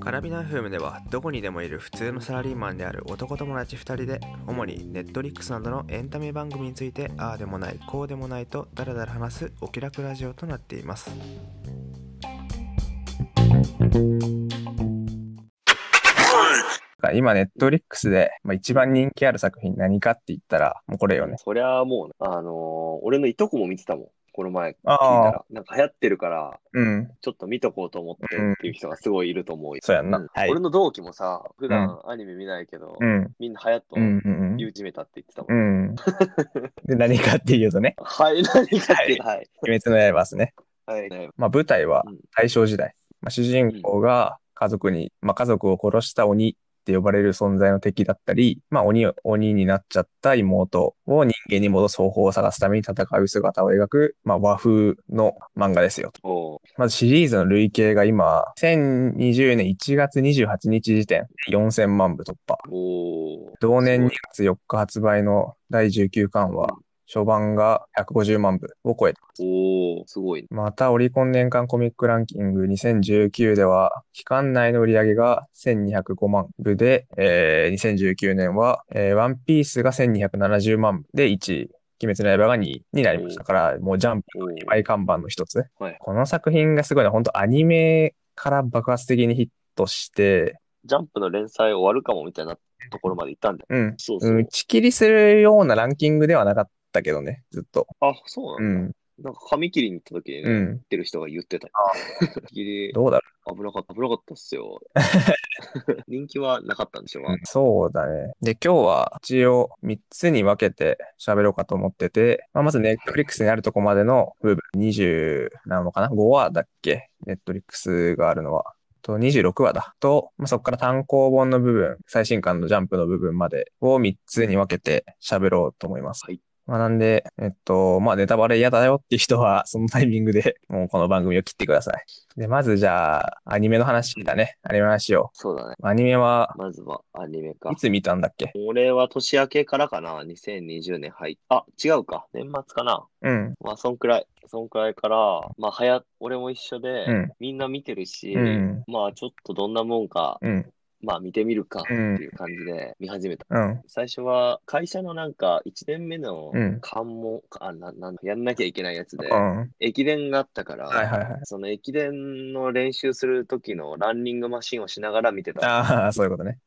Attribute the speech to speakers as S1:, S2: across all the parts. S1: カラビナ FM ではどこにでもいる普通のサラリーマンである男友達2人で主にネットリックスなどのエンタメ番組についてああでもないこうでもないとダラダラ話すお気楽ラジオとなっています今ネットリックスで、まあ、一番人気ある作品何かって言ったらもうこれよね
S2: そりゃあもう、あのー俺のいとこも見てたもん。この前聞い
S1: あ
S2: た
S1: あ
S2: ら。なんか流行ってるから、
S1: うん
S2: ちょっと見とこうと思ってっていう人がすごいいると思うよ。
S1: そうやんな、
S2: うん
S1: はい
S2: 俺の同期もさ、普段アニメ見ないけど、
S1: うん
S2: みんな流行っと
S1: うんうん
S2: 言うじめたって言ってたも。
S1: うんんうんで何かっていうとね
S2: はい、何かって。はい。
S1: 「鬼滅の刃」ですね
S2: はい。はい
S1: まあ、舞台は
S2: うん
S1: 大正時代、まあ、主人公が家族に、まあ、家族を殺した鬼って呼ばれる存在の敵だったり、まあ、鬼を鬼になっちゃった妹を人間に戻す方法を探すために戦う姿を描く、まあ、和風の漫画ですよ。
S2: おう
S1: まずシリーズの累計が今、2020年1月28日時点、4000万部突破。
S2: おう
S1: 同年2
S2: すごい
S1: 月4日発売の第19巻は、初版が150万部を超えた
S2: おうすごいね。
S1: また、オリコン年間コミックランキング2019では、期間内の売り上げが1205万部で、えー2019年は、えーワンピースが1270万部で1位、鬼滅の刃が2位になりましたから、もうジャンプ
S2: おう
S1: の倍看板の一つ。
S2: はい
S1: この作品がすごいね、本当アニメから爆発的にヒットして、
S2: ジャンプの連載終わるかもみたいなところまで行ったんだよ。
S1: うん、
S2: そうそう。
S1: 打ち切りするようなランキングではなかったけどね、ずっと。
S2: あ、そう
S1: う
S2: なんだ。
S1: ん、
S2: なんか髪切りに行った時にね、
S1: う
S2: 行
S1: ん。
S2: ってる人が言ってた。 切り
S1: どうだろう
S2: 危なかった、危なかったっす よ。人気はなかったんでしょうが、
S1: そうだね。で、今日は一応3つに分けて喋ろうかと思ってて、まあ、まずネットフリックスにあるとこまでの部分、20なのかな ?5 話だっけネットフリックスがあるのは。と、26話だ。と、まあ、そこから単行本の部分、最新刊のジャンプの部分までを3つに分けて喋ろうと思います。
S2: はい
S1: まあ、なんで、えっと、まあ、ネタバレ嫌だよっていう人は、 そのタイミングでもうこの番組を切ってください。で、まずじゃあ、アニメの話だね。アニメの話を。
S2: そうだね。
S1: アニメは、
S2: まずはアニメか
S1: い。つ見たんだっけ
S2: 俺は年明けからかな、2020年入っあ、違うか、年末かな。
S1: うん。
S2: まあ、そんくらい、そんくらいから、まあ、はや、俺も一緒で、
S1: うん
S2: みんな見てるし、
S1: うん。
S2: まあ、ちょっとどんなもんか、
S1: うん。
S2: まあ、見てみるかっていう感じで見始めた。
S1: うん。
S2: 最初は、会社のなんか、1年目の
S1: うん
S2: 関門、あ、な、なんだやんなきゃいけないやつで
S1: う、ん。はい
S2: 駅伝があったから、
S1: はいはい。
S2: その駅伝の練習する時のランニングマシンをしながら見てた。
S1: あ あ、そういうことね。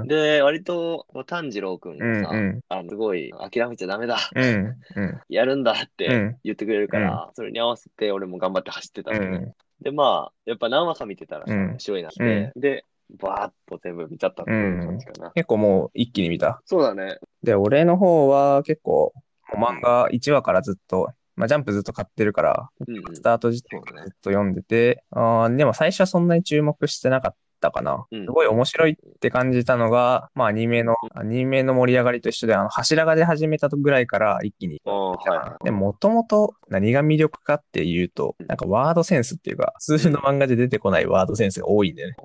S1: うん。
S2: で、割と、こう炭治郎くん
S1: う
S2: が
S1: ん
S2: さ、
S1: うん。
S2: あのすごい、諦めちゃダメだ、
S1: うん。うん。
S2: やるんだっ
S1: う
S2: て
S1: ん。
S2: 言ってくれるから、それに合わせて俺も頑張って走ってた
S1: う
S2: のね、
S1: ん。
S2: で、まあ、やっぱ何話か見てたらさ、
S1: うん
S2: 面白いなって、で、バーッと全部見ちゃったっていう感じかな。
S1: 結構もう一気に見た。
S2: そうだね。
S1: で、俺の方は結構、漫画1話からずっと、まあ、ジャンプずっと買ってるから、
S2: うん、うん。
S1: スタート時点からずっと読んでて、あーでも最初はそんなに注目してなかったかな。
S2: うん
S1: すごい面白いって感じたのが、まあアニメの、アニメの盛り上がりと一緒で、あの柱が出始めたぐらいから一気に
S2: ああ、はいはい。
S1: で、もともと何が魅力かっていうと、なんかワードセンスっていうか、普通の漫画で出てこないワードセンスが多いんだよね。
S2: あー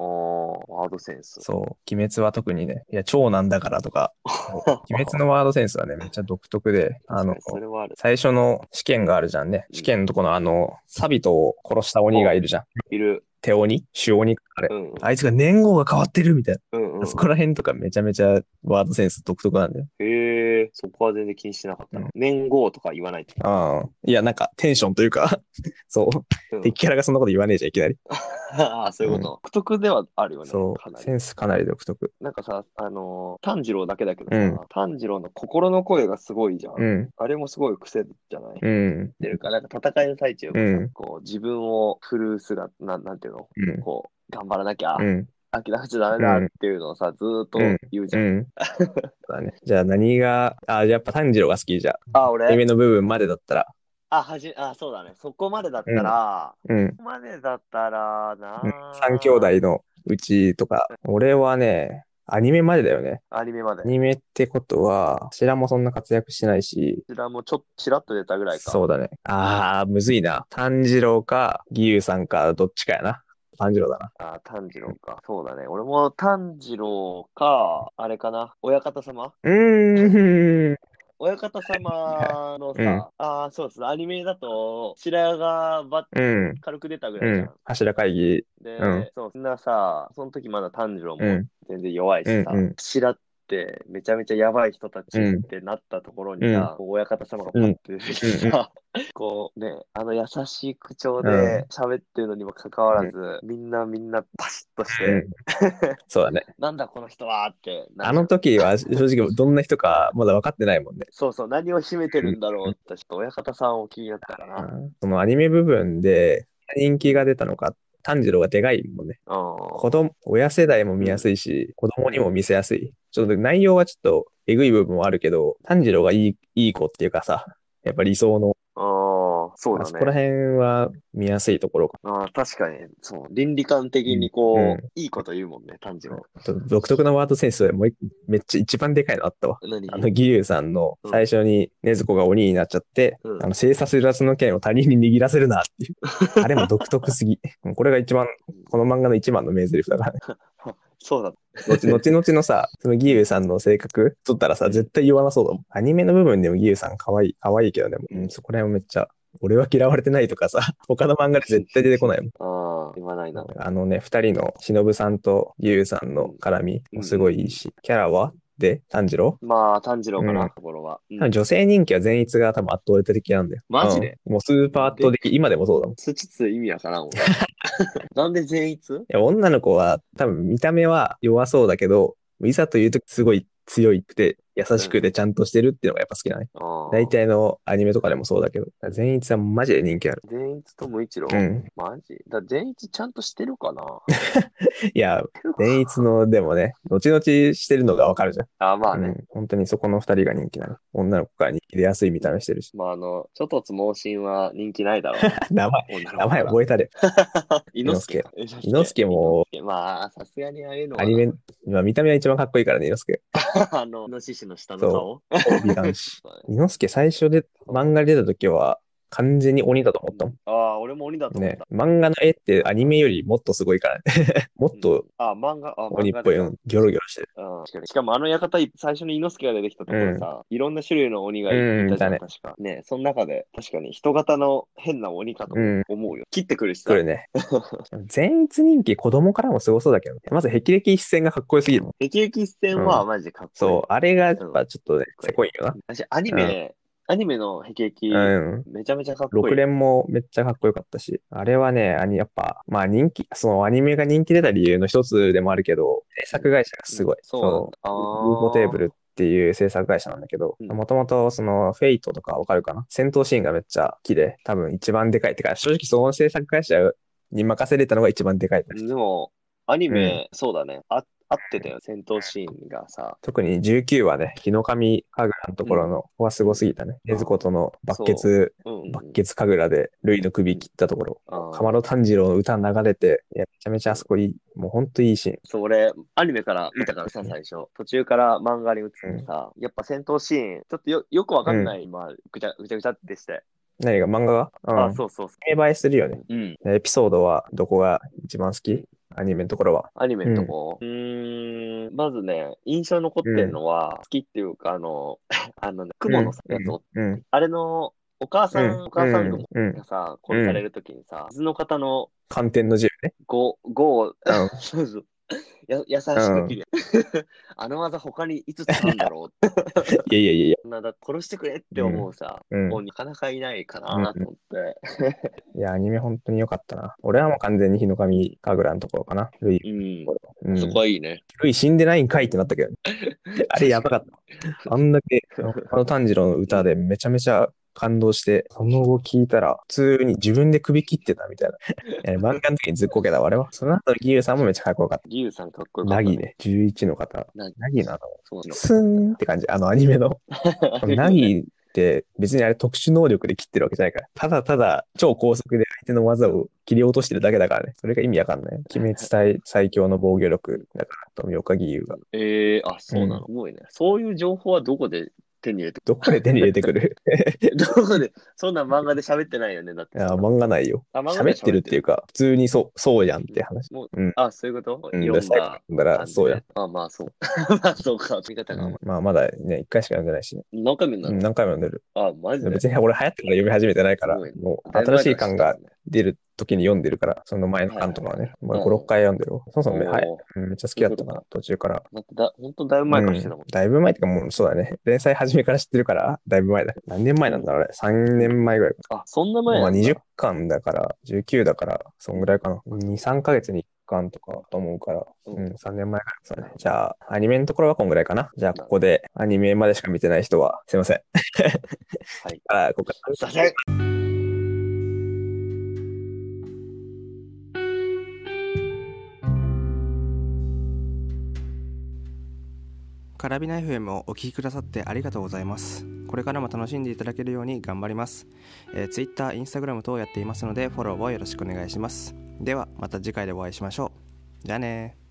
S2: ワードセンス。
S1: そう。鬼滅は特にね、いや、長男だからと か、鬼滅のワードセンスはね、めっちゃ独特で、あの
S2: 確、かにそれはある。
S1: 最初の試験があるじゃんね。試験のとこのあの、サビトを殺した鬼がいるじゃん。
S2: いる。
S1: 手鬼主鬼あれ
S2: う。ん。
S1: あいつが年号が変わってるみたい
S2: うんうん
S1: な。そこら辺とかめちゃめちゃワードセンス独特なんだよ。
S2: へえ、そこは全然気にしてなかったな
S1: うん。
S2: 年号とか言わないと。
S1: ああ。いや、なんかテンションというか、 そう。
S2: うん
S1: 敵キャラがそんなこと言わねえじゃん、いきなり。
S2: ああ、そういうこと。独特ではあるよね。
S1: そ
S2: かな
S1: う。
S2: り
S1: センスかなり独特。
S2: なんかさ、あのー炭治郎だけだけどさ、
S1: うん
S2: 炭治郎の心の声がすごいじゃん。
S1: うん。
S2: あれもすごい癖じゃない、
S1: う
S2: っ
S1: ん。
S2: ていうか、なんか戦いの最中もさ、
S1: うん
S2: こう自分を振るう姿、なんなんていうの
S1: うん。
S2: こう、頑張らなきゃ、
S1: うん。
S2: 諦めちゃダメだっていうのをさ、ずーっと言うじ
S1: う
S2: ゃん。
S1: ん。 そうだね。じゃあ何が、あ、やっぱ炭治郎が好きじゃん。
S2: あ、
S1: アニメ
S2: 俺、
S1: の部分までだったら。
S2: あ、はじ、あ、そうだね。そこまでだったら、
S1: うん。
S2: そこまでだったらなー、
S1: 三兄弟のうちとか。俺はね、アニメまでだよね。
S2: アニメまで。
S1: ア
S2: こ
S1: ニメってことは、柱もそんな活躍しないし、
S2: ちらもちょっとちらっと出たぐらいか。
S1: そうだね。あー、むずいな。炭治郎か、義勇さんか、どっちかやな。炭治郎だな。
S2: あー、炭治郎か。そうだね。俺も炭治郎か、あれかな。親方様
S1: うーん。
S2: 親方様のさ、
S1: うん
S2: ああ、そうです。アニメだと、白髪ばっ
S1: うん。
S2: 軽く出たぐら
S1: う
S2: いじゃ
S1: ん
S2: ん。。
S1: 柱会議。
S2: で、
S1: うん
S2: そう、みんなさ、その時まだ炭治郎
S1: う
S2: も
S1: ん。
S2: 全然弱いしさ、
S1: うんうん
S2: 白ってめちゃめちゃやばい人たちってなったところにさ、こう親方様がパッて出てきてさ、こうね、あの優しい口調
S1: うん
S2: で喋ってるのにもかかわらず、みんなみんなパシッとして、
S1: うん。そうだね。
S2: なんだこの人はってなる
S1: あの時は正直どんな人かまだ分かってないもんね。
S2: そうそう、何を秘めてるんだろうって、ちょっと親方さんを気になったかな。
S1: そのアニメ部分で人気が出たのか、炭治郎がでかいもんね。
S2: う
S1: 子供、親世代も見やすいし、子供にも見せやすい。ちょっと内容はちょっとえぐい部分もあるけど、炭治郎がいい、いい子っていうかさ、やっぱ理想の、
S2: ん。うん。そう
S1: あ
S2: だ
S1: そこら
S2: ね。
S1: 辺は見やすいところか。
S2: あー確かに、そう、倫理観的にこう、
S1: うん
S2: いいこと言うもんね、炭治郎。
S1: ちょっと独特なワードセンスでもう一めっちゃ一番でかいのあったわ。
S2: 何
S1: あの、義勇さんの
S2: うん
S1: 最初に禰豆子が鬼になっちゃって、
S2: うん
S1: あの、生殺殺の剣を他人に握らせるなって いう。あれも独特すぎ。もうこれが一番、この漫画の一番の名台詞だ からね。
S2: そうだ。
S1: 後後々のさ、その義勇さんの性格取ったらさ、絶対言わなそうだもん。アニメの部分でも義勇さん可愛い、可愛いけどね、もううんそこら辺もめっちゃ、俺は嫌われてないとかさ、 他の漫画で絶対出てこないもん。
S2: ああ、言わないな。
S1: あのね、二人の忍さんと義勇さんの絡みもすごいいいし、キャラはで、炭治郎
S2: まあ、炭治郎か
S1: うん
S2: な、ところは。うん
S1: 多分女性人気は善逸が多分圧倒的なんだよ。
S2: マジで
S1: うんもうスーパー圧倒的、今でもそうだもん。い
S2: つちつ意味わから ん、俺なんで善逸
S1: や、女の子は多分見た目は弱そうだけど、いざという時すごい強くて、優しくてちゃんとしてるっていうのがやっぱ好きだね。
S2: あー
S1: 大。体のアニメとかでもそうだけど、善逸はマジで人気ある。
S2: 善逸と無一郎。
S1: うん。
S2: マジだ善逸ちゃんとしてる かな
S1: いや、善逸の、でもね、後々してるのがわかるじゃん。
S2: あーまあね。
S1: うん本当にそこの二人が人気なの。女の子が人気出やすい見た目してるし。
S2: まあ、あの、諸突猛進は人気ないだろう。
S1: 名前、
S2: 女の子
S1: 名前覚えたで。
S2: 伊之助。
S1: 伊之助も
S2: 伊之助。まあ、さすがにああいうのは
S1: アニメ、まあ見た目は一番かっこいいからね、伊之助。
S2: あの、イノシシの下の顔
S1: 美男子。伊之助最初で、漫画で出た時は、完全に鬼だと思ったもん。
S2: ああ、俺も鬼だと思っ
S1: ね
S2: た。、
S1: 漫画の絵ってアニメよりもっとすごいからね。 もっと
S2: うんあ、漫画、あ、
S1: 鬼っ
S2: 漫画
S1: ぽい、
S2: だ
S1: うんギョロギョロしてる。
S2: うん確かにしかもあの館、最初に伊之助が出てきたところさ、いろんな種類の鬼がい
S1: うん
S2: たじゃ
S1: い
S2: ん、
S1: た
S2: 確か。ね、その中で、確かに人型の変な鬼かと
S1: うん。
S2: 思うよ。切ってくるしさ
S1: 来。るね。全逸人気、子供からもすごそうだけどね。まず、霹靂一閃がかっこよすぎるもん。
S2: 敵撃戦はマジでかっこいい。
S1: そう、あれがやっぱちょっとね、せこいよ
S2: 私、アニメ、アニメの壁
S1: な。
S2: 撃、
S1: うん。
S2: めちゃめちゃかっこい
S1: 六
S2: い。
S1: 連もめっちゃかっこよかったし、あれはね、あにやっぱ、まあ人気、そのアニメが人気出た理由の一つでもあるけど、制作会社がすごい。
S2: そうなんだ。
S1: ウ
S2: あ
S1: ーモテーブ
S2: ル。
S1: ルっていう制作会社なんだけど、
S2: うん
S1: もともとそのフェイトとかわかるかな戦闘シーンがめっちゃ好きで、多分一番でかいってか、正直その制作会社に任せれたのが一番でかい。
S2: でも、アニメ、そうだね。あ、合ってたよ。戦闘シーンがさ。
S1: 特に19話ね、日の神神楽のところの、ここはすごすぎたね。
S2: うん
S1: 禰豆子との爆血、
S2: うんうん。
S1: 爆血神楽で、ルイの首切ったところ。
S2: あー
S1: かまど炭治郎の歌流れて、いや、めちゃめちゃあそこいい、もうほんといいシーン。
S2: そう、俺、アニメから見たからさ、最初。途中から漫画に移ってさ、やっぱ戦闘シーン、ちょっとよよくわかんない、まあ、ぐちゃぐちゃぐちゃってして。
S1: 何が漫画がうん。
S2: あ、そうそうそ
S1: 名映えするよね。
S2: う。うん。
S1: エピソードはどこが一番好きアニメのところは。
S2: アニメのとこ。うーん、まずね、印象に残ってるのは、好きっていうか、あの、 あのね、雲のさやつを、
S1: うん。
S2: あれの、お母さん、お母さん雲
S1: うん。うん
S2: がさ、殺されるときにさ、水の方の
S1: 寒天の銃ね。
S2: 5、五
S1: う
S2: を、
S1: ん。
S2: そうそう。や優しく切れ。 あの技他にいつ使うんだろうって。
S1: いやいやいやいや。
S2: そんなだ殺してくれって思うさ、
S1: うん
S2: もうなかなかいないかなと思って。
S1: いや、アニメ本当に良かったな。俺はもう完全に日の神神楽のところかな。ルイ。
S2: う
S1: う
S2: ん。
S1: ん。
S2: そこはいいね。
S1: ルイ死んでないんかいってなったけど、ね、あれやばかった。あんだけ、あの炭治郎の歌でめちゃめちゃ感動して、その後聞いたら、普通に自分で首切ってたみたいな。いや漫画の時にずっこけた、あれは。その後の義勇さんもめっちゃかっこよかった。
S2: リュウさんかっこよかった。
S1: ナギ。ね、11の方。
S2: ナギ
S1: ナギなの。
S2: そうな
S1: スーンって感じ、あのアニメの。
S2: の。
S1: ナ ギって別にあれ特殊能力で切ってるわけじゃないから。ただただ超高速で相手の技を切り落としてるだけだからね。それが意味わかんない。鬼滅対最強の防御力だから、富岡義勇が。
S2: えー、あ、そうなの。すごいね。そういう情報はどこで手に入れて。
S1: どこで手に入れてく る
S2: どこで、そんな漫画で喋ってないよね、だっ
S1: い
S2: て。
S1: や、漫画ないよ。
S2: あ漫画で
S1: 喋ってるっていうか、普通にそう、そうやんって話。
S2: もう、
S1: うん
S2: あ、そういうこと、
S1: うん、
S2: 読ん
S1: 最後
S2: だ。
S1: 読んだら、そうやん。
S2: あ、まあそう。 まあそうか。見方が、
S1: うんまあ、まだね、一回しか読んでないしね。
S2: 何回目にな
S1: う
S2: る
S1: ん、
S2: の、
S1: 何回も読んでる。
S2: あ、マジで。
S1: 別に俺流行ってから読み始めてないから、
S2: すごいね
S1: もう
S2: だいぶ
S1: 新
S2: 前
S1: しい
S2: か
S1: 感
S2: ら知っ
S1: が
S2: てるね
S1: 出る時に読んでるから、その前の感とかはね、
S2: いはい
S1: もう5、6回読んでるわ。そもそもね、
S2: おー
S1: はい。うんめっちゃ好きだったから、途中から。
S2: だってだ、本当だいぶ前からしてたもん。
S1: うんだいぶ前ってか、もうそうだね。連載始めから知ってるから、だいぶ前だ。何年前なんだろう、あれ。3年前ぐらいか。
S2: あ、そんな前
S1: ま
S2: な
S1: あ
S2: んだ
S1: 20巻だから、19だから、そんぐらいかな。2、3ヶ月に1巻とかと思うから、
S2: う
S1: うんん、3年前からそうね。じゃあ、アニメのところはこんぐらいかな。じゃあ、ここでアニメまでしか見てない人は、すいません。
S2: はい。
S1: あ、ここから。
S2: させん
S3: カラビナ FM をお聞きくださってありがとうございます。これからも楽しんでいただけるように頑張ります。えー、Twitter、Instagram 等やっていますのでフォローをよろしくお願いします。ではまた次回でお会いしましょう。じゃあねー。